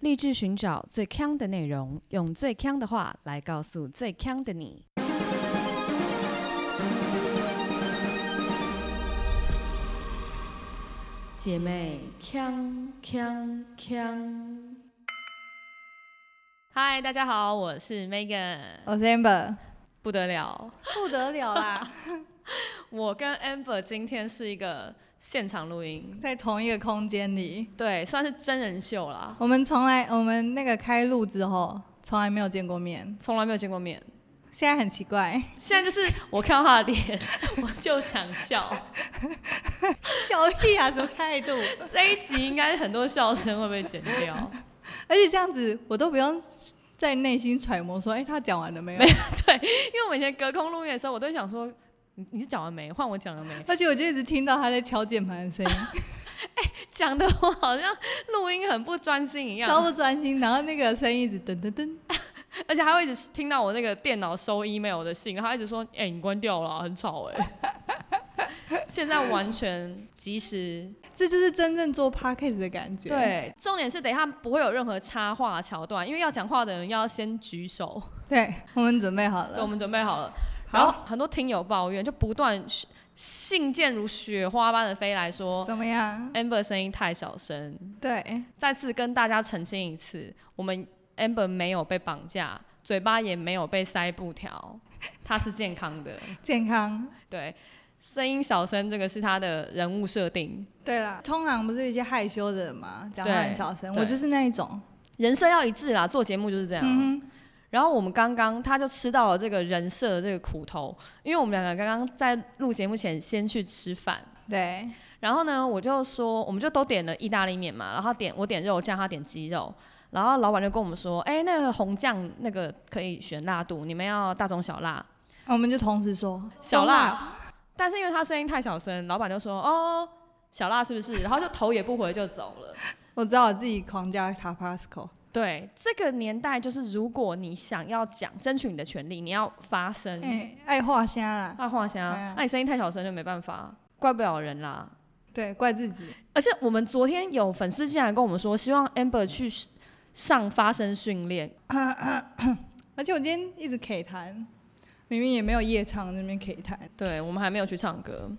立志寻找最强的内容，用最强的话来告诉最强的你。姐妹，强强强！嗨，大家好，我是 Megan，我是哦 Amber，不得了，不得了啦，我跟 Amber 今天是一个现场录音， 在同一个空间里，对，算是真人秀啦，我们从来我们那个开录之后，从来没有见过面，从来没有见过面。现在很奇 怪，现在就是我看到他的 脸，我就想笑。小屁啊，什么态度？这一集应该很多笑声会被剪掉。 而且这样子我都不用在内心揣摩说，哎、他讲完了没有？因为我们以前隔空录音的时候，我都会想说，你你是讲完没？换我讲了没？而且我就一直听到他在敲键盘的 声音，讲的我好像录音很不专心一超样，不专心，然后那个声音一直噔噔噔，而且还会一直听到我那个电脑收 email 的信，然后他一直说，哎、你关掉了啊、很吵哎、 现在完全及时，这就是真正做 podcast 的感觉。，对，重点是等一下不会有任何插话桥段，因为要讲话的人要先举手，对，我们准备好对，我了。们准备好了。然呃好，后很多听友抱怨，就不断信件如雪花般的飞来说怎么样？ ，Amber 声音太小声。对，再次跟大家澄清一次，我们 Amber 没有被绑架，嘴巴也没有被塞布条，她是健康的。健康。对，声音小声这个是她的人物设定，对啦，通常不是有一些害羞的人嘛，讲话对很小声，对我就是那一种。人设要一致啦，做节目就是这样。嗯哼，然后我们刚刚他就吃到了这个人设的这个苦头，因为我们两个刚刚在录节目前先去吃饭。对，然后呢，我就说，我们就都点了意大利面嘛，然后他点我点肉酱，他点鸡肉，然后老板就跟我们说，哎，那个红酱那个可以选辣度，你们要大中小辣，我们就同时说小辣。但是因为他声音太小声，老板就说，哦，小辣是不是？然后就头也不回就走了。我知道我自己狂加 Tabasco，对，这个年代就是，如果你想要讲争取你的权利，你要发声。啊哎、爱画虾啦，那话哎香呀，那你声音太小声就没办法，怪不了人啦。对，怪自己。而且我们昨天有粉丝进来跟我们说，希望 Amber 去上发声训练。而且我今天一直 K 弹，明明也没有夜唱那边 K 弹，对我们还没有去唱歌。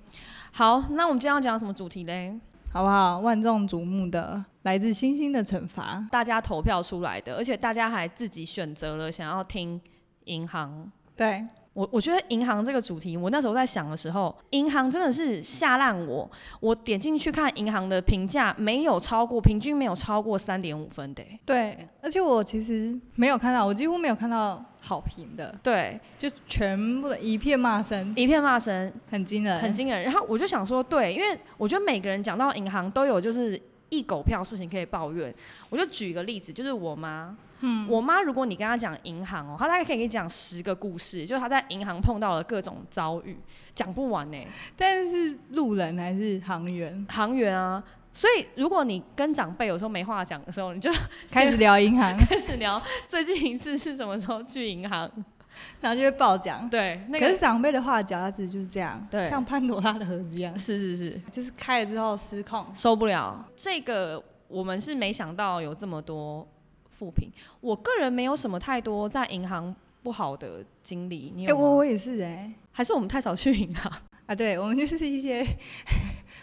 好，那我们今天要讲什么主题嘞？好不好？万众瞩目的来自星星的惩罚，大家投票出来的，而且大家还自己选择了想要听银行。对，我我觉得银行这个主题，我那时候在想的时候，银行真的是吓烂我。我点进去看银行的评价，没有超过平均没有超过三点五分的欸、对。而且我其实没有看到，我几乎没有看到好评的，对，就全部的一片骂声，一片骂声，很惊人，很惊人。然后我就想说，对，因为我觉得每个人讲到银行都有就是一狗票事情可以抱怨。我就举一个例子，就是我妈，嗯，我妈如果你跟她讲银行哦，她大概可以给你讲十个故事，就是她在银行碰到了各种遭遇，讲不完欸呢、但是路人还是行员行员啊。所以，如果你跟长辈有时候没话讲的时候，你就开始聊银行，开始聊最近一次是什么时候去银行。 然后就会爆讲。对，那可个是长辈的话夹子就是这样，对像潘多拉的盒子一样，是是是， 就是开了之后失控。受不了。这个我们是没想到有这么多负评。我个人没有什么太多在银行不好的经历，你哎、有吗？我我也是哎、还是我们太少去银行？啊，对我们就是一些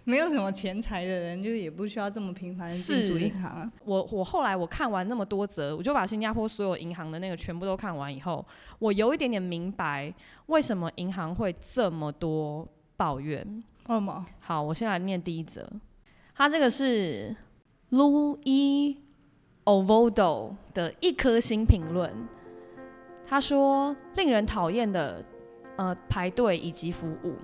没有什么钱财的人，就是也不需要这么频繁的进是驻银行啊。我我后来我看完那么多则，我就把新加坡所有银行的那个全部都看完以后，我有一点点明白为什么银行会这么多抱怨。哦么？好，我先来念第一则，它这个是 Louis Ovodo 的一颗星评论，他说令人讨厌的呃排队以及服务，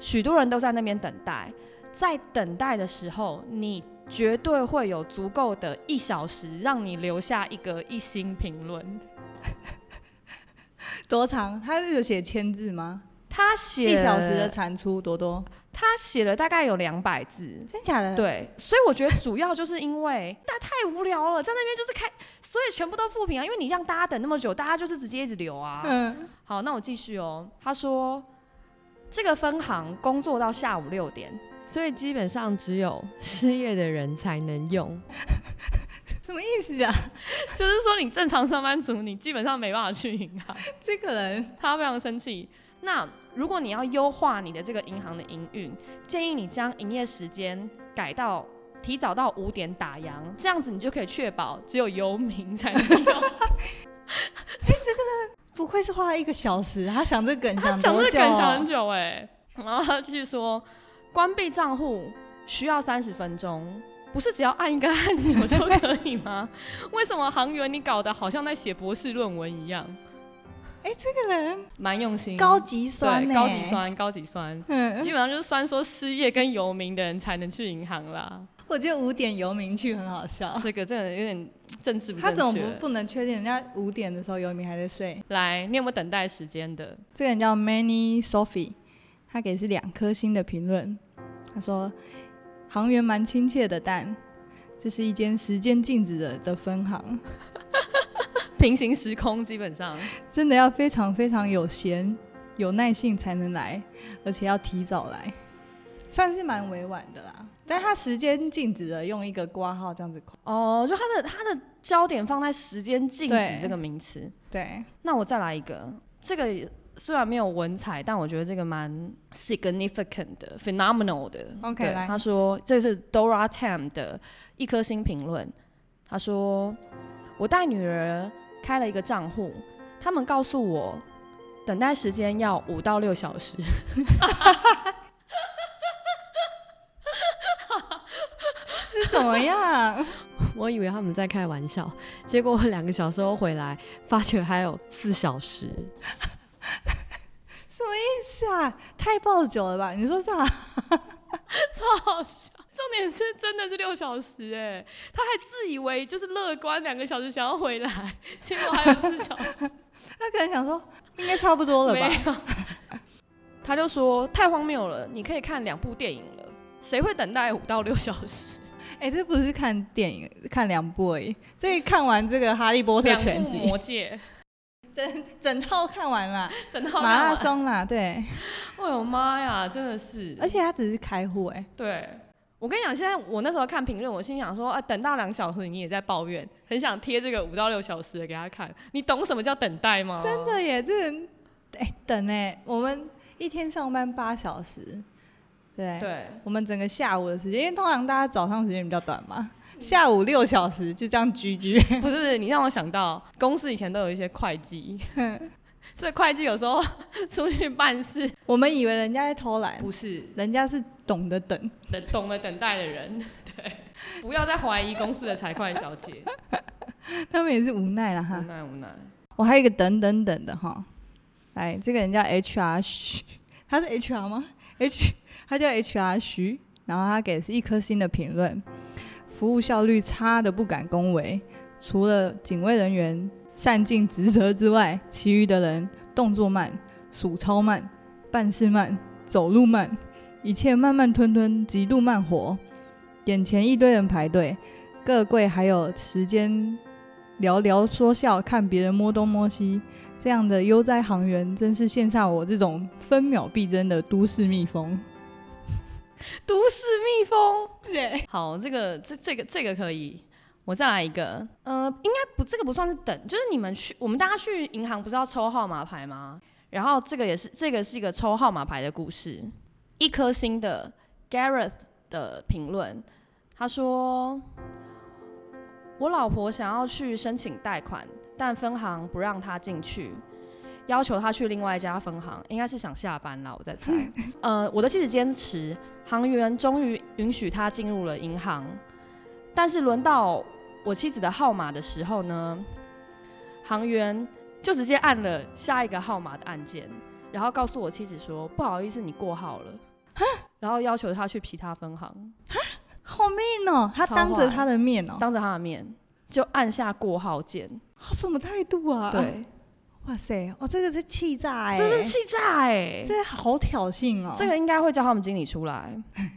许多人都在那边等待，在等待的时候，你绝对会有足够的一小时让你留下一个一星评论。多长？他是有写千字吗？他写一小时的，产出多多，他写了大概有两百字，真假的？，对，所以我觉得主要就是因为 大家太无聊了，在那边就是开，所以全部都负评啊，因为你让大家等那么久，大家就是直接一直留啊。嗯，好，那我继续哦。他说这个分行工作到下午 六点，所以基本上只有失业的人才能用。什么意思啊？ 就是说你正常上班族，你基本上没办法去银行。这个人 他非常生气。那如果你要优化你的这个银行的营运，建议你将营业时间改到提早到五点打烊，这样子你就可以确保只有游民才能用。不愧是花了一个小时，他想这梗他想多这久、啊个梗想很久哎、 然后他继续说，关闭账户需要三十分钟，不是只要按一个按钮就可以吗？ 为什么航员你搞得好像在写博士论文一样？这个人蛮用心，高级酸、欸对，高级，酸，欸高级 酸。嗯，基本上就是酸说失业跟游民的人才能去银行啦，我觉得五点游民去很好笑。这个真的有点政治不他怎正么确。不不能确定人家五点的时候游民还在睡？来，你有没有等待时间的？这个人叫 Many Sophie，他给是两颗星的评论。他说：“行员蛮亲切的，但这是一间时间静止的的分行，平行时空基本上，真的要非常非常有闲、有耐性才能来，而且要提早来，算是蛮委婉的啦。但他时间静止的用一个挂号这样子框，哦，就他的他的焦点放在时间静止对这个名词。对，那我再来一个，这个虽然没有文采，但我觉得这个蛮 significant 的，phenomenal 的。 OK，对来他说这是 Dora Tam 的一颗星评论，他说我带女儿开了一个账户，他们告诉我等待时间要五到六小时。 是怎么样？我以为他们在开玩笑，结果我两个小时后回来，发觉还有四小时。是啊，太暴酒了吧？你说 啥？超好笑。重点是真的是六小时哎、他还自以为就是乐观两个小时想要回来，结果还有四小时，他可能想说，应该差不多了没吧？有。 他就说太荒谬了，你可以看两部电影了，谁会等待五到六小 时？哎、这不是看电影，看两部而已。这看完这个《哈利波特》两全部集，魔 戒，整整套看完了，整套马拉看完，松啦，对。哎呦妈呀，真的是，而且他只是开户、哎，对。我跟你讲，现在我那时候看评论，我心想说啊，等到两小时你也在抱怨，很想贴这个五到六小时的给他看。你懂什么叫等待吗？真的耶，这个人哎、等哎、我们一天上班八小时，对，对，我们整个下午的时间，因为通常大家早上时间比较短嘛，下午六小时就这样居居， 不是不是，你让我想到公司以前都有一些会 计，所以会计有时候出去办事我们以为人家在偷懒，不是人家是懂得等。等懂得等待的人， 对，不要再怀疑公司的财会小姐，他们也是无奈了无哈。奈无奈。我还有一个等等等的哈，来，这个人叫 HR 徐，他是 HR 吗？H，他叫 HR 徐，然后他给的是一颗星的评论，服务效率差的不敢恭维，除了警卫人员善尽职责之外，其余的人动作慢、数超慢、办事慢、走路慢，一切慢慢吞吞，极度慢活。眼前一堆人排队，各柜还有时间聊聊说笑，看别人摸东摸西，这样的悠哉行员真是羡煞我这种分秒必争的都市蜜蜂。都市蜜蜂，对，好，这个这这个这个可以。我再来一个，呃，应该不，这个不算是等，就是你们去，我们大家去银行不是要抽号码牌吗？然后这个也是，这个是一个抽号码牌的故事。一颗星的 Gareth 的评论，他说：“我老婆想要去申请贷款，但分行不让她进去，要求她去另外一家分行，应该是想下班啦，我在 猜。呃，我的妻子坚持，行员终于允许她进入了银行，但是轮到我妻子的号码的时候呢，行员就直接按了下一个号码的按键，然后告诉我妻子说：“不好意思，你过号了。”然后要求她去其他分行，好命哦，他当着他的面哦，当着她的面就按下过号键。他什么态度啊？，对，哇塞，哦，这个是气炸哎、哦这是气炸哎、这好挑衅哦，这个应该会叫他们经理出来。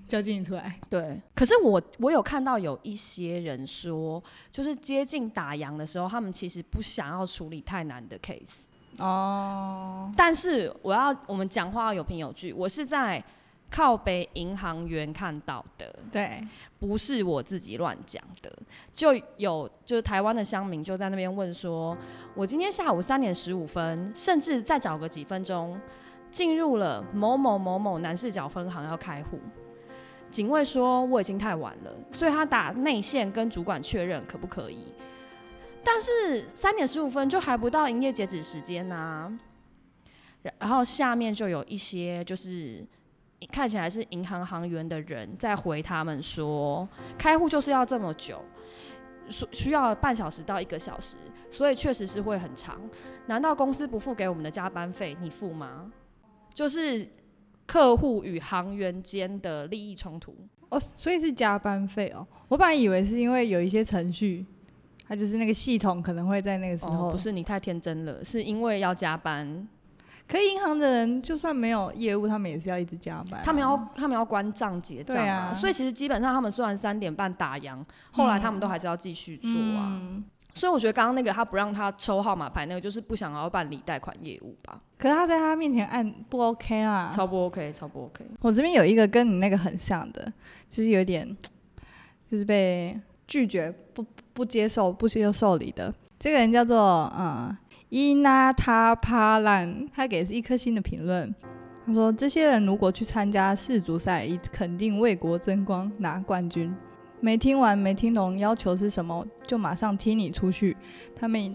交进出来，对，可是我我有看到有一些人说，就是接近打烊的时候，他们其实不想要处理太难的 case。哦，但是我要我们讲话要有凭有据，我是在靠北银行员看到的，对，不是我自己乱讲的。就有就是台湾的乡民就在那边问说，我今天下午三点十五分，甚至再找个几分钟，进入了某某某某南市角分行要开户。警卫说我已经太晚了，所以他打内线跟主管确认可不可以。但是三点十五分就还不到营业截止时间呐、啊然然后下面就有一些就是看起来是银行行员的人在回他们说，开户就是要这么久，需需要半小时到一个小时，所以确实是会很长。难道公司不付给我们的加班费，你付吗？就是客户与行员间的利益冲突。哦，所以是加班费哦。我本来以为是因为有一些程序，它就是那个系统可能会在那个时候，哦，不是你太天真了，是因为要加班，可以银行的人就算没有业务，他们也是要一直加班啊、他们要他们要关账结账对啊，啊所以其实基本上他们虽然三点半打烊，后来他们都还是要继续做啊。嗯，所以我觉得刚刚那个他不让他抽号码牌，那个就是不想要办理贷款业务吧，可是他在他面前按不 OK 啊。超不 OK，超不 OK。我这边有一个跟你那个很像的，就是有点，就是被拒绝不不接受不接受理的。这个人叫做嗯伊纳塔帕兰，他给的是一颗星的评论。他说：“这些人如果去参加世足赛，一肯定为国争光，拿冠军。没听完，没听懂要求是什么，就马上踢你出去。他们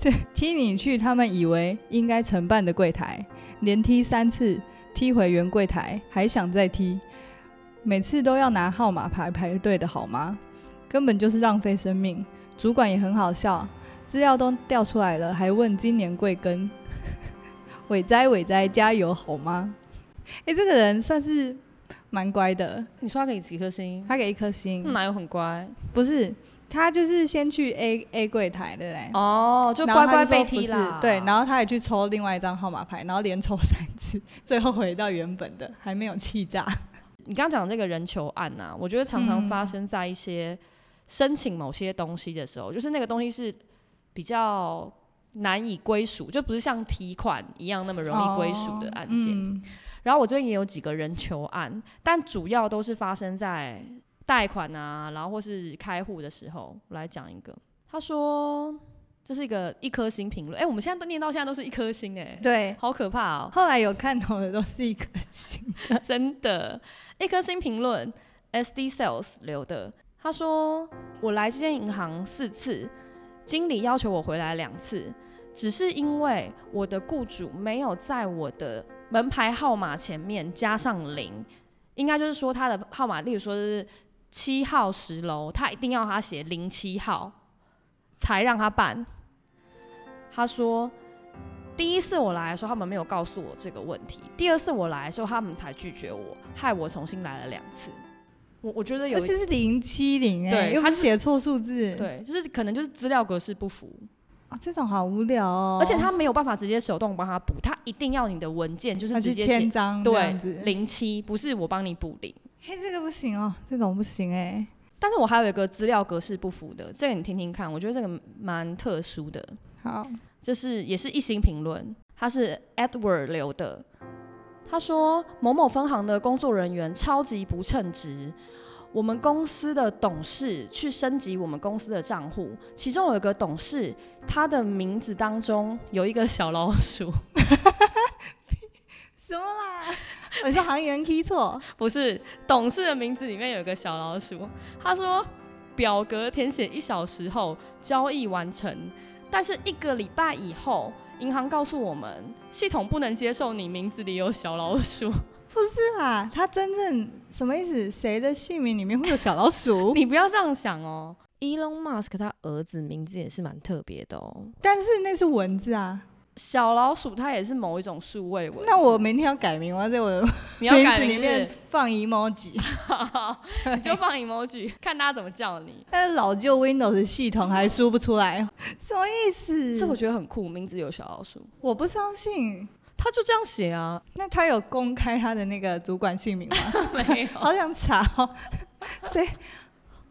对踢你去，他们以为应该承办的柜台，连踢三次，踢回原柜台，还想再踢，每次都要拿号码牌排队的好吗？根本就是浪费生命。主管也很好笑，资料都调出来了，还问今年贵庚， 伟哉伟哉，加油好吗？哎、这个人算是蛮乖的，你说他给几颗星？他给一颗星，哪有很乖不是他就是先去 A A 柜台对不对？哦，就嗯然后乖他乖就说被不踢是啦。对，然后他也去抽另外一张号码牌，然后连抽三次，最后回到原本的，还没有气炸。你刚刚讲的这个人球案呐、我觉得常常发生在一些申请某些东西的时候，就是那个东西是比较难以归属，就不是像提款一样那么容易归属的案件。嗯然后我这边也有几个人球案，但主要都是发生在贷款啊，然后或是开户的时候。我来讲一个，他说这是一个一颗星评论，哎、我们现在都念到现在都是一颗星、哎，对。好可怕哦、 后来有看懂的都是一颗星，真的，一颗星评论，SD Sales 留的，他说我来这间银行四次，经理要求我回来两次，只是因为我的雇主没有在我的门牌号码前面加上零，应该就是说他的号码，例如说是七号十楼，他一定要他写零七号才让他办。他说第一次我来的时候，他们没有告诉我这个问题；第二次我来的时候，他们才拒绝我，害我重新来了两次。我我觉得有尤一其是零七零哎，对又不他是是写错数字，对，就是可能就是资料格式不符，啊，这种好无聊哦。而且他没有办法直接手动帮他补，他一定要你的文件就是要直去接写签章这对样子，零七，不是我帮你补零。嘿，这个不行哦，这种不行哎。但是我还有一个资料格式不符的，这个你听听看，我觉得这个蛮特殊的。好，就是也是一星评论，他是 Edward 留的。他说某某分行的工作人员超级不称职，我们公司的董事去升级我们公司的账户，其中有一个董事，他的名字当中有一个小老鼠，什么啦？ 我说行员 key 错，不是董事的名字里面有一个小老鼠。他说表格填写一小时后交易完成，但是一个礼拜以后，银行告诉我们系统不能接受你名字里有小老鼠，是啦，他真正什么意思？谁的姓名里面会有小老鼠？ 你不要这样想哦。 Elon Musk 他儿子名字也是蛮特别的哦。但是那是文字啊。小老鼠它也是某一种数位文，那我明天要改名，我要在我的你要改名字名里面放 emoji。字你就放 emoji，看大家怎么叫你。但是老旧 Windows 的系统还输不出来，什么意思？这我觉得很酷，名字有小老鼠，我不相信。他就这样写 啊，那他有公 开他的那个主管姓名吗？ 没有。好想查哦，谁？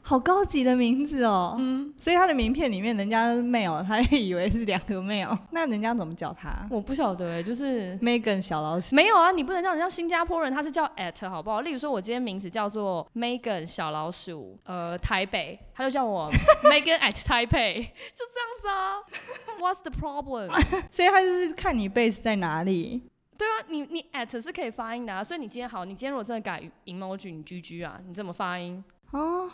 好高级的名字哦。嗯，所以他的名片里面，人家 mail，他也以为是两个 mail，那人家怎么叫他我不晓得哎、就是？Megan 小老 鼠，没有啊，你不能叫人家新加坡人，他是叫 at 好不好？例如说，我今天名字叫做 Megan 小老鼠，呃，台北，他就叫我 Megan at 台北，就这样子啊。What's the problem？所以他就是看你 base 在哪里。对啊，你你 at 是可以发音的、啊，所以你今天好，你今天如果真的改 emoji，你 GG 啊，你怎么发音？哦，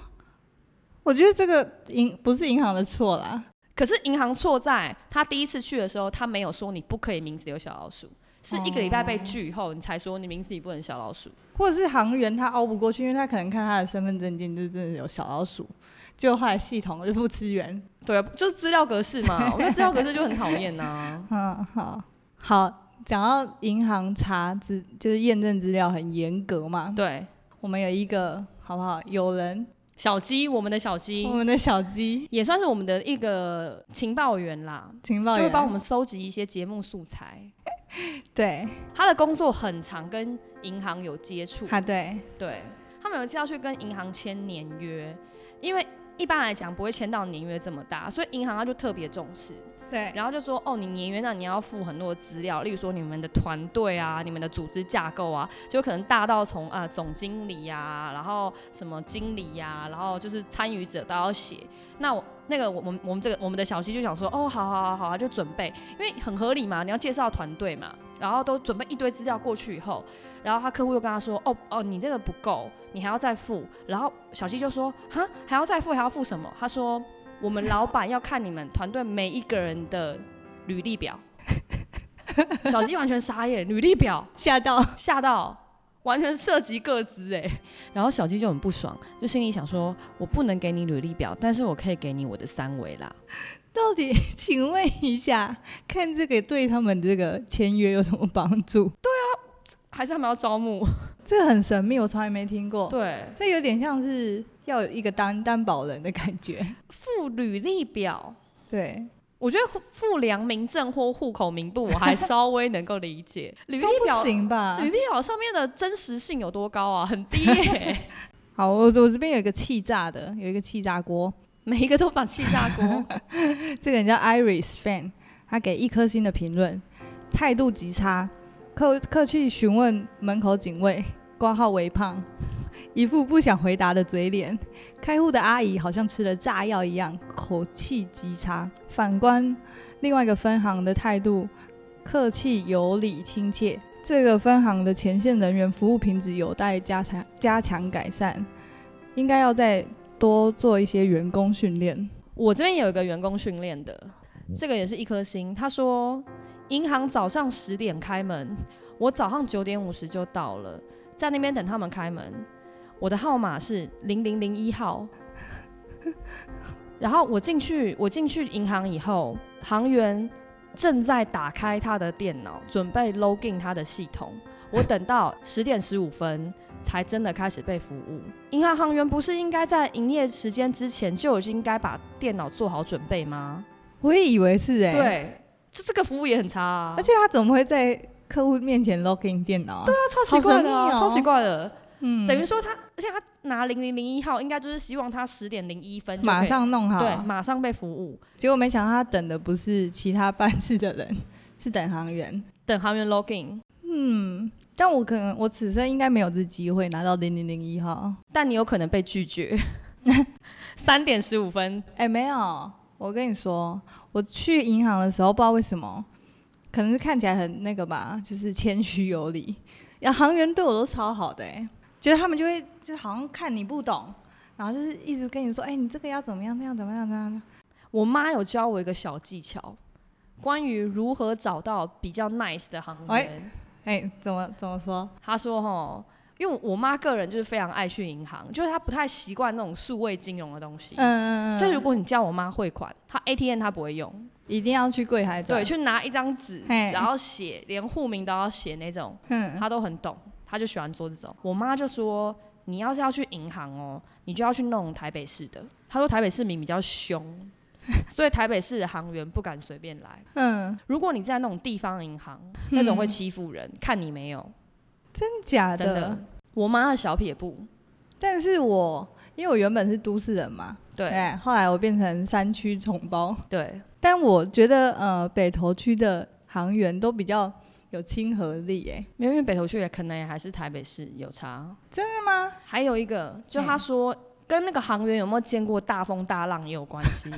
我觉得这个银不是银行的错啦，可是银行错在他第一次去的时候，他没有说你不可以名字有小老鼠，是一个礼拜被拒后，你才说你名字里不能小老鼠。或者是行员他凹不过去，因为他可能看他的身份证件就真的有小老鼠，结果后来系统就不支援。对啊，就是资料格式嘛，我觉得资料格式就很讨厌呐。嗯，好，好，讲到银行查资就是验证资料很严格嘛，对，我们有一个好不好？有人，小鸡，我们的小鸡我们的小鸡也算是我们的一个情报员啦，情报就员会帮我们搜集一些节目素材。对，他的工作很常跟银行有接触，啊对，对他们有一次要去跟银行签年约，因为一般来讲不会签到年约这么大，所以银行他就特别重视，对，然后就说哦，你年约那你要付很多资料，例如说你们的团队啊、你们的组织架构啊，就可能大到从啊、呃总经理呀、然后什么经理呀、然后就是参与者都要写。那我那个我们我们这个我们的小西就想说哦，好好好好啊，就准备，因为很合理嘛，你要介绍团队嘛，然后都准备一堆资料过去以后，然后他客户又跟他说哦哦，你这个不够，你还要再付。然后小西就说哈，还要再付，还要付什么？他说我们老板要看你们团队每一个人的履历表。 小鸡完全傻眼，履历表吓到，吓到，完全涉及各自哎。然后小鸡就很不爽，就心里想说：我不能给你履历表，但是我可以给你我的三维啦。到底请问一下，看这个对他们这个签约有什么帮助？还是他们要招募？这个很神秘，我从来没听过。 对，这有点像是要有一个担担保人的感觉。附履历表，对，我觉得附良民证或户口名簿我还稍微能够理 解。履履历表不，行吧？履历表上面的真实性有多高啊？很低耶、好，我我这边有一个气炸的，有一个气炸锅。 每一个都把气炸锅。这个人叫 Iris Fan，他给一颗星的评论，态度极差，客客气询问门口警卫，挂号微胖， 一副不想回答的嘴脸。开户的阿姨好像吃了炸药一样，口气极差。反观另外一个分行的态度，客气有礼亲切。这个分行的前线人员服务品质有待加强加强改善，应该要再多做一些员工训练。我这边有一个员工训练的，这个也是一颗星。他说，银行早上十点开门，我早上九点五十就到了，在那边等他们开门。我的号码是零零零一号。然后我进去，我进去银行以后，行员正在打开他的电脑，准备 login 他的系统。我等到十点十五分才真的开始被服务。银行行员不是应该在营业时间之前就已经应该把电脑做好准备吗？我也以为是哎、对，就这个服务也很差啊，而且他怎么会在客户面前 login 电脑、啊？对啊，他超奇怪的啊、好神秘哦超奇怪的。嗯等于说他，而且他拿零零零一号，应该就是希望他十点零一分就可以啊马上弄好。啊对，马上被服务，结果没想到他等的不是其他办事的人， 是等行员。等行员 login。嗯，但我可能我此生应该没有这机会拿到零零零一号。但你有可能被拒绝。 三点十五分，哎、没有，我跟你说，我去银行的时候，不知道为什么，可能是看起来很那个吧，就是谦虚有礼。然后行员对我都超好的、哎，觉得他们就会就是好像看你不懂，然后就是一直跟你说，哎、你这个要怎么样，那样怎么样，怎么样。我妈有教我一个小技巧，关于如何找到比较 nice 的行哎员。哎、怎么怎么说？他说：“吼，因为我妈个人就是非常爱去银行，就是她不太习惯那种数位金融的东西。嗯所以如果你叫我妈汇款，她 ATM 她不会用，一定要去柜台转。对，，去拿一张纸，嗯嘿然后写，连户名都要写那种，嗯，她都很懂，她就喜欢做这种。我妈就说，你要是要去银行哦，你就要去弄台北市的。她说台北市民比较凶， 所以台北市的行员不敢随便来。嗯，如果你在那种地方银行，那种会欺负人，看你没有，真假真的。我妈的小撇步，但是我因为我原本是都市人嘛，对对，啊后来我变成山区同胞，对，但我觉得呃北投区的航员都比较有亲和力，哎，没有因为北投区也可能也还是台北市有差。真的吗？嗯还有一个，就他说、跟那个航员有没有见过大风大浪也有关系。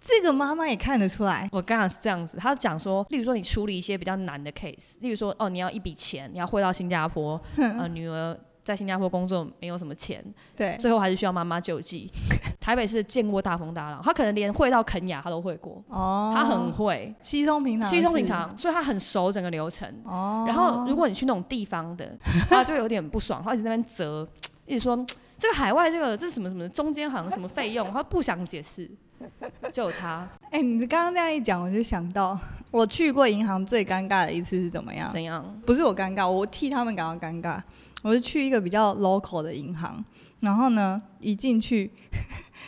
这个妈妈也看得出来，我刚刚是这样子，他讲说，例如说你处理一些比较难的 case，例如说哦，你要一笔钱，你要汇到新加坡，呃，女儿在新加坡工作没有什么钱，对，最后还是需要妈妈救济。 台北市见过大风大浪，他可能连汇到肯雅他都会过，哦，他很会，稀松平常，稀松平，常，所以他很熟整个流程。哦，然后如果你去那种地方的，他就有点不爽，他一直在那边责，一直说这个海外这个这是什么什么中间好像什么费用，他不想解释，就有 差哎、你刚刚这样一讲，我就想到我去过银行最尴尬的一次是怎么样？怎样？不是我尴尬，我替他们感到尴尬。我是去一个比较 local 的银行，然后呢，一进去，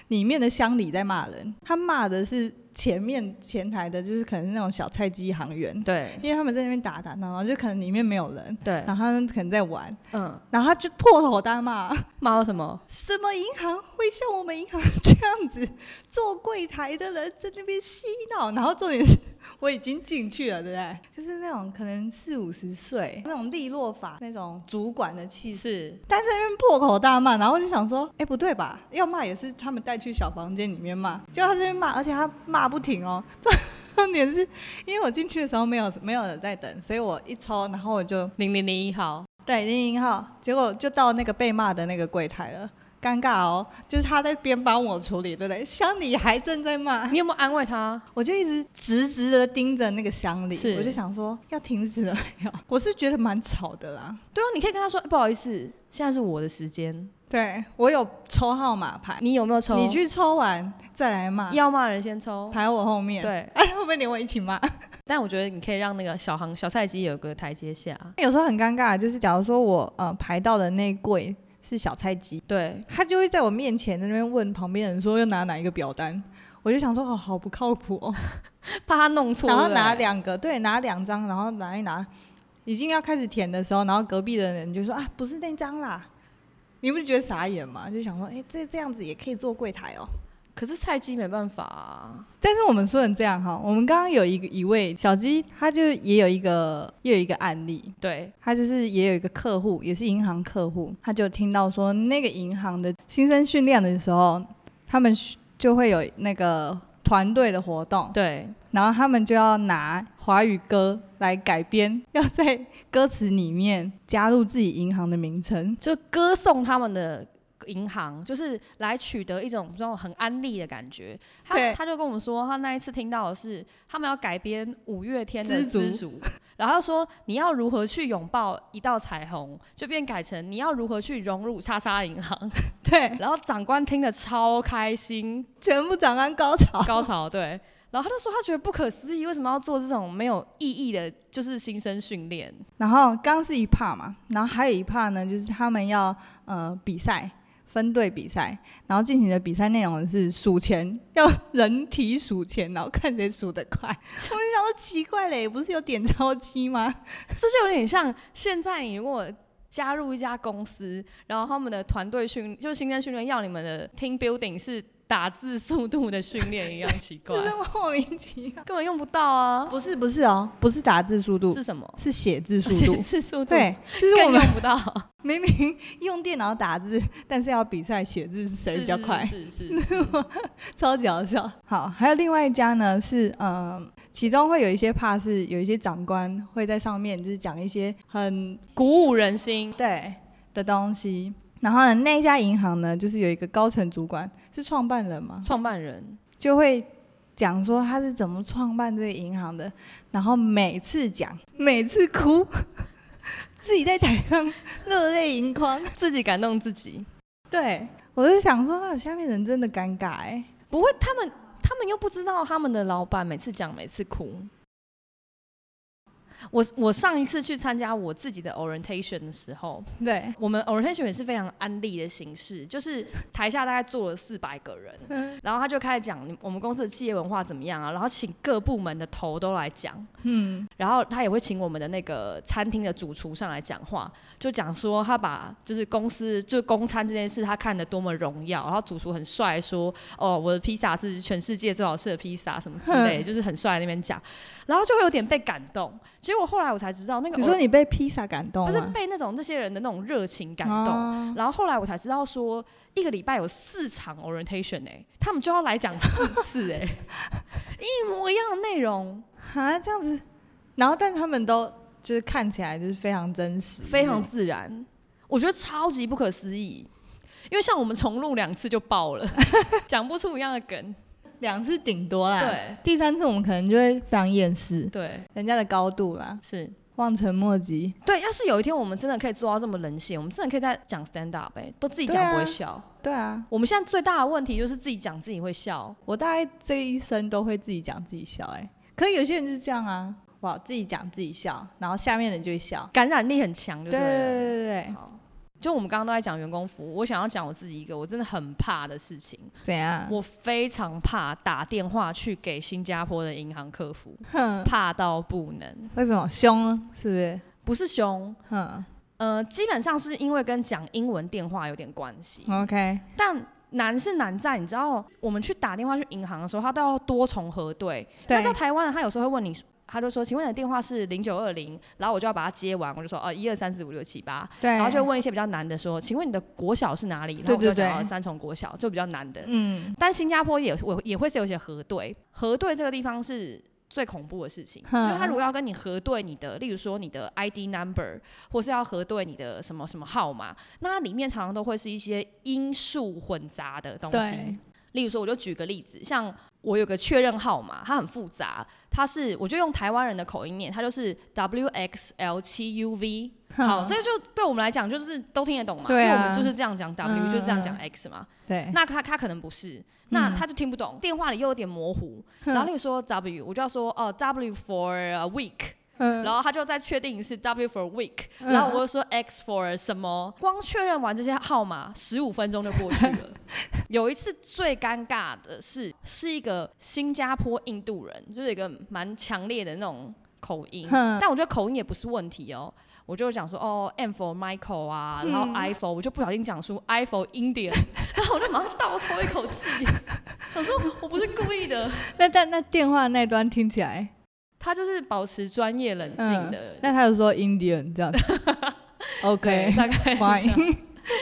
里面的乡里在骂人，他骂的是前面前台的，就是可能是那种小菜鸡行员，对因为他们在那边打打闹闹，就可能里面没有人，对，然后他们可能在玩，嗯。然后他就破口大骂，骂到什么？什么银行会像我们银行这样子做柜台的人在那边嬉闹？然后重点是， 我已经进去了，对不对？就是那种可能四五十岁那种利落法那种主管的气势，是但是在那边破口大骂，然后我就想说，哎、不对吧？要骂也是他们带去小房间里面骂，结果他这边骂，而且他骂不停哦。 重点是因为我进去的时候没有没有人在等，所以我一抽，然后我就零零零一号，对，零零号，结果就到那个被骂的那个柜台了，尴尬哦，就是他在边帮我处理，对不对？乡里还正在骂，你有没有安慰他？ 我就一直直直的盯着那个乡里是，我就想说要停止了没有？我是觉得蛮吵的啦，对啊，你可以跟他说、哎不好意思，现在是我的时间，对我有抽号码牌，你有没有抽？你去抽完再来骂，要骂人先抽。排我后面，，对，哎，会不会连我一起骂？ 但我觉得你可以让那个小行小菜鸡有个台阶下。 有时候很尴尬，就是假如说我呃排到的那柜是小菜鸡， 对，他就会在我面前在那边问旁边人说要拿哪一个表单，我就想说哦，好不靠谱哦，怕他弄错。然后对不对拿两个，对，拿两张，然后拿一拿，已经要开始填的时候，然后隔壁的人就说啊，不是那张啦，你不是觉得傻眼吗？就想说，哎、这这样子也可以做柜台哦。可是菜鸡没办法、啊，但是我们说成这样哈，我们刚刚有一个一位小鸡，他就也有一个也有一个案例，对，他就是也有一个客户，也是银行客户，他就听到说那个银行的新生训练的时候，他们就会有那个团队的活动，对，然后他们就要拿华语歌来改编， 要在歌词里面加入自己银行的名称。 就歌颂他们的银行，就是来取得一种这种很安利的感觉。他对他就跟我们说，他那一次听到的是他们要改编五月天的知足知足。然后他说你要如何去拥抱一道彩虹，就变改成你要如何去融入叉叉银 行。对，然后长官听得超开心，全部长官高潮。 高潮对。然后他就说他觉得不可思议，为什么要做这种没有意义的，就是新生训练？然后刚刚是一 part 嘛，然后还有一 part 呢，就是他们要呃比赛，分队比赛，然后进行的比赛内容是数钱，要人体数钱，然后看谁数得快。 我就想说奇怪嘞，不是有点钞机吗？ 这就有点像现在你如果加入一家公司，然后他们的团队训就是新生训练要你们的 team building 是打字速度的训练一样奇怪 就，是莫名其妙。根本用不到啊。不是不是哦，不是打字速度，是什么？是写字速写度。字速度， 对，就是我更们用不 到，明明用电脑打字， 但是要比赛写字谁比较快，是是是是是 超级好笑。好，还有另外一家呢是，嗯，其中会有一些怕是有一些长官会在上面就是讲一些很鼓舞人心。对的东西。然后呢，那一家银行呢，就是有一个高层主管是创办人嘛，创办人就会讲说他是怎么创办这个银行的，然后每次讲，每次哭， 自己在台上热泪盈眶。自己感动自己，对，我就想说，啊下面人真的尴尬哎、不会，他们他们又不知道他们的老板每次讲每次哭。我我上一次去参加我自己的 orientation 的时候，对，我们 orientation 也是非常安利的形式，就是台下大概坐了四百个人，然后他就开始讲你我们公司的企业文化怎么样啊，然后请各部门的头都来讲，嗯，然后他也会请我们的那个餐厅的主厨上来讲话，就讲说他把就是公司就公餐这件事他看得多么荣耀，然后主厨很帅说哦我的披萨是全世界最好吃的披萨什么之类，就是很帅在那边讲，然后就会有点被感动。结果后来我才知道那个你说你被披萨感动不吗？是被那种这些人的那种热情感动。哦然后后来我才知道说，一个礼拜有四场 orientation 哎、他们就要来讲四次 哎、一模一样的内容，啊，这样子，然后但是他们都就是看起来就是非常真实，非常自然，我觉得超级不可思议。因为像我们重录两次就爆了， 讲不出一样的梗。两次顶多啦，，对第三次我们可能就会非常厌世对，人家的高度啦，是望尘莫及。对。要是有一天我们真的可以做到这么冷血，我们真的可以再讲 stand up 哎、都自己讲不会对啊笑。对啊，我们现在最大的问题就是自己讲自己会笑，我大概这一生都会自己讲自己笑、欸，哎，可有些人就是这样啊，哇，自己讲自己笑，然后下面的人就会笑。感染力很强，就对对对了。对对对，好，就我们刚刚都在讲员工服务，我想要讲我自己一个我真的很怕的事情，怎样？我非常怕打电话去给新加坡的银行客服，哼，怕到不能，为什么凶？是不是？不是凶。哼呃，基本上是因为跟讲英文电话有点关系， ，OK，但难是难在你知道，我们去打电话去银行的时候，他都要多重核对。那对在，台湾，他有时候会问你，他就说：“请问你的电话是零九二零？”然后我就要把它接完，我就说：“哦，一二三四五六七八。”对，啊然后就问一些比较难的，说：“请问你的国小是哪里？”然后我对就对讲到哦对三重国小，就比较难的。嗯，但新加坡也我也会是有一些核对，核对这个地方是最恐怖的事情。就哼是他如果要跟你核对你的，例如说你的 ID number，或是要核对你的什么什么号码，那它里面常常都会是一些因数混杂的东西对。，例如说，我就举个例子，像我有个确认号码，它很复杂，它是我就用台湾人的口音念，它就是 WXL 七 UV。哼好，这个就对我们来讲就是都听得懂嘛，对啊因为我们就是这样讲 W，、嗯就是这样讲 X 嘛。对，那他他可能不是，那他就听不懂，电话里又有点模糊。然后例如说 W，我就要说哦 W for a week，、嗯然后他就再确定一次 W for week，、嗯然后我就说 X for 什么，光确认完这些号码，十五分钟就过去 了。有一次最尴尬的是，是一个新加坡印度人，就是一个蛮强烈的那种口音，哼但我觉得口音也不是问题哦。我就讲说哦，M for Michael 啊，然后 I for，我就不小心讲出 I for Indian，然 后我就马上倒抽一口 气，我说我不是故意的。那但那电话那端听起来，他就是保持专业冷静嗯的，那他就说 Indian 这 样子对， ，OK，大概是这 样 fine，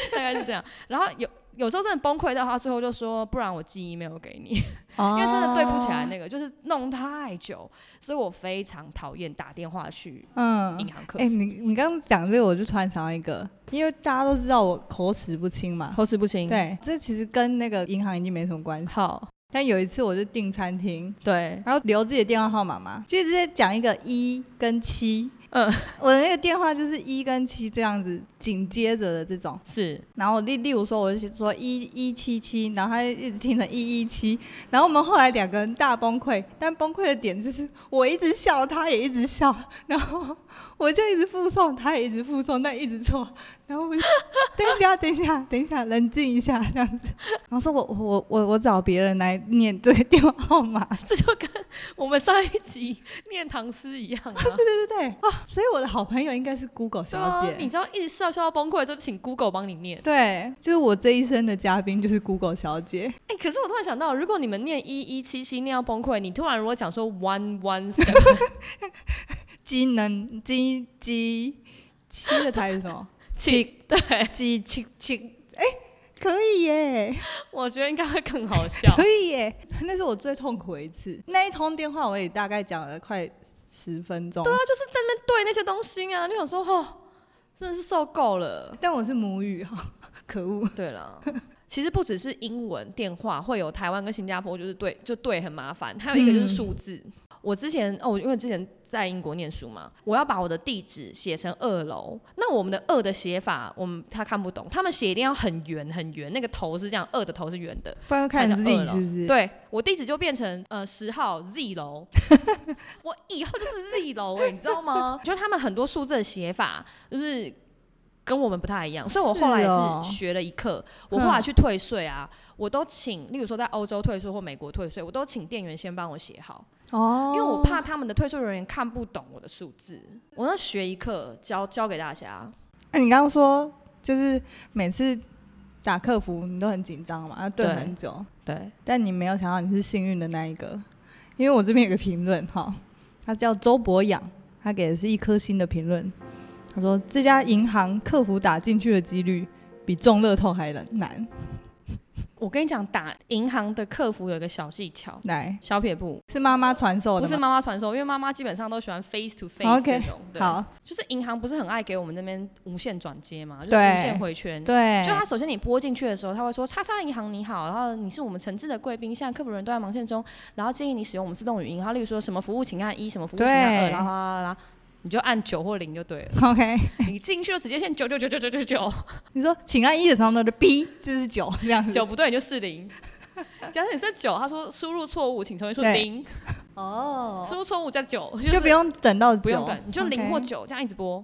大概是这样。然后有有时候真的崩溃到他最后就说，不然我寄 email 给你， 因因为真的对不起来，那个就是弄太久，所以我非常讨厌打电话去嗯。银行客 哎、服，你你刚刚讲这个，我就突然想到一个，因为大家都知道我口齿不清嘛，口齿不清，，对，这其实跟那个银行已经没什么关系。好，但有一次我就订餐厅，对，然后留自己的电话号码嘛，就直接讲一个一跟七，嗯，我的那个电话就是一跟七这样子紧接着的这种。是然后我例例如说，我就说一一七七，然后他就一直听成一一七，然后我们后来两个人大崩溃，但崩溃的点就是我一直笑，他也一直笑， 然后我就一直附送，他也一直附送，但一直错，然后我就 等一下，等一下，等一下，冷静一下这样子，然后说我我我我找别人来念这个电话号码，这就跟 我们上一集念唐诗一样啊。 对对对啊，所以我的好朋友应该是 Google 对小啊姐，，你知道一直笑笑到崩溃，就请 Google 帮你念。对，就是我这一生的嘉宾就是 Google 小姐。哎、可是我突然想到，如果你们念一一七七念到崩溃，你突然如果讲说 one one seven 机能机机七的台是什 么？七，对，机七七，哎，可以耶，我觉得应该会更好笑。可以耶，那是我最痛苦的一次。那一通电话我也大概讲了快十分钟，对啊他就是在那边对那些东西啊，就想说哦，真的是受够了。但我是母语 哈，可恶。对了，其实不只是英文电话会有台湾跟新加坡，就是对就对很麻烦，还有一个就是数字。我之前哦，因为之前在英国念书嘛，我要把我的地址写成二楼。那我们的二的写法，我们他看不懂，他们写一定要很圆很圆，那个头是这样，二的头是圆的。不然看才叫 Z 二楼是不是？对我地址就变成呃十号 Z 楼，我以后就是 Z 楼哎、你知道吗？ 就是他们很多数字的写法就是跟我们不太一样，所以我后来是哦也是嗯学了一课。我后来去退税啊，我都请，例如说在欧洲退税或美国退税，我都请店员先帮我写好，哦因为我怕他们的退税人员看不懂我的数字。我那学一课教教给大家，那、哎你刚刚说就是每次打客服你都很紧张嘛，要对对很久，对，但你没有想到你是幸运的那一个，因为我这边有个评论哈，他叫周博养，他给的是一颗星的评论，他说这家银行客服打进去的几率比中乐透还难，我跟你讲，打银行的客服有一个小技巧，来小撇步。是妈妈传授的不吗，是妈妈传授，因为妈妈基本上都喜欢 face to face 这 OK，种。对，好，就是银行不是很爱给我们那边无限转接嘛，就是对无限回圈。对，就他首先你拨进去的时候，他会说“叉叉银行你好”，然后你是我们诚挚的贵宾，现在客服人员都在忙线中，然后建议你使用我们自动语音，然后例如说什么服务请按一，什么服务请按二，对然后啦啦啦，你就按九或零就对了。 OK，你进去就直接先九九九九九九九，你说请按一的时候呢，就 B，这是九这样子，九不对你就四零。假设你是九，他说输入错误，请重新输对零，哦输入错误再九，就不用等到九，不用等，你就零或 OK 九这样一直 播，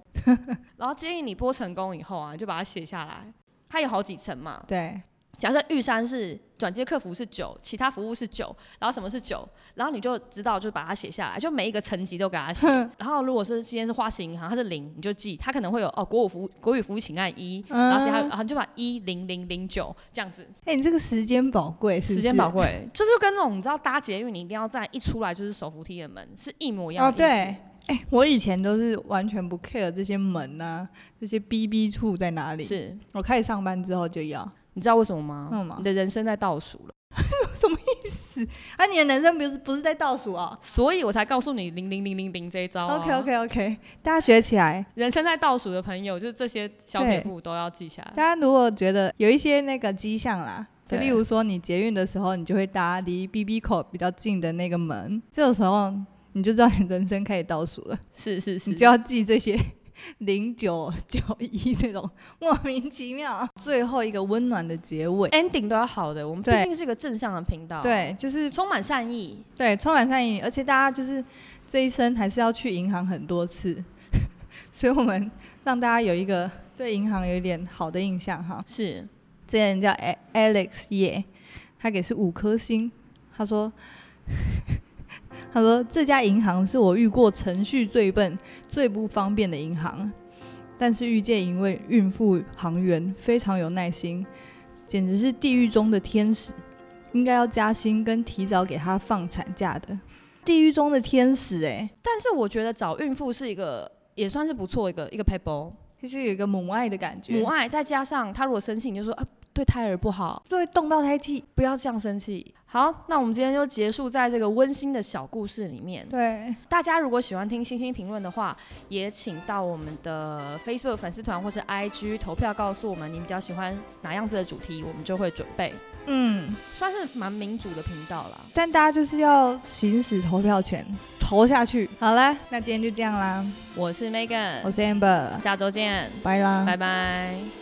然后建议你播成功以后啊，你就把它写下来。它有好几层嘛，对，假设玉山是转接客服是九，其他服务是九，然后什么是九，然后你就知道就把它写下来，就每一个层级都给 它写。然后如果是今天是花旗银行，它是零，你就记它可能会有哦国语服务国语服务请按一，然后其他嗯然后你就把一零零零九这样子，哎、你这个时间宝贵，是不时间是宝贵，这就跟那种你知道搭捷运你一定要在一出来就是手扶梯的门是一模一样的哦，意思。对，哎、我以前都是完全不 care 这些门啊，这些 BB 处在哪里。是我开始上班之后就要，你知道为什么吗？为什么你的人生在倒数了，啊，你的人生不是不是在倒数哦。所以我才告诉你零零零零零这一招、啊。 OK OK OK，大家学起来。人生在倒数的朋友，就是这些小撇步都要记下大来。家如果觉得有一些那个迹象啦，就对例如说你捷运的时候，你就会搭离 BB 口比较近的那个门，这种时候你就知道你人生开始倒数了，是是是，你就要记这些。 零九 九一这种莫名其妙，最后一个温暖的结尾， ending 都要好的。我们毕对竟是一个正向的频道，，对，就是充满善意。对，充满善意，而且大家就是这一生还是要去银行很多次， 所以我们让大家有一个对银行有一点好的印象哈。是这个人叫 A- Alex 耶，他给是五颗星，他说。 他说：“这家银行是我遇过程序最笨、最不方便的银行，但是遇见一位孕妇行员非常有耐心，简直是地狱中的天使，应该要加薪跟提早给她放产假的。地狱中的天使、欸，但是我觉得找孕妇是一个也算是不错一个一个 paper。就是有一个母爱的感觉，母爱再加上他如果生气，你就说啊，对胎儿不好，对动到胎记，不要这样生气。好，那我们今天就结束在这个温馨的小故事里面。对，大家如果喜欢听星星评论的话，也请到我们的 Facebook 粉丝团或是 IG 投票，告诉我们你比较喜欢哪样子的主题，我们就会准备，嗯。”算是蛮民主的频道啦。但大家就是要行使投票权，投下去。好啦，那今天就这样啦，我是 Megan，我是 Amber，下周见，拜啦，拜拜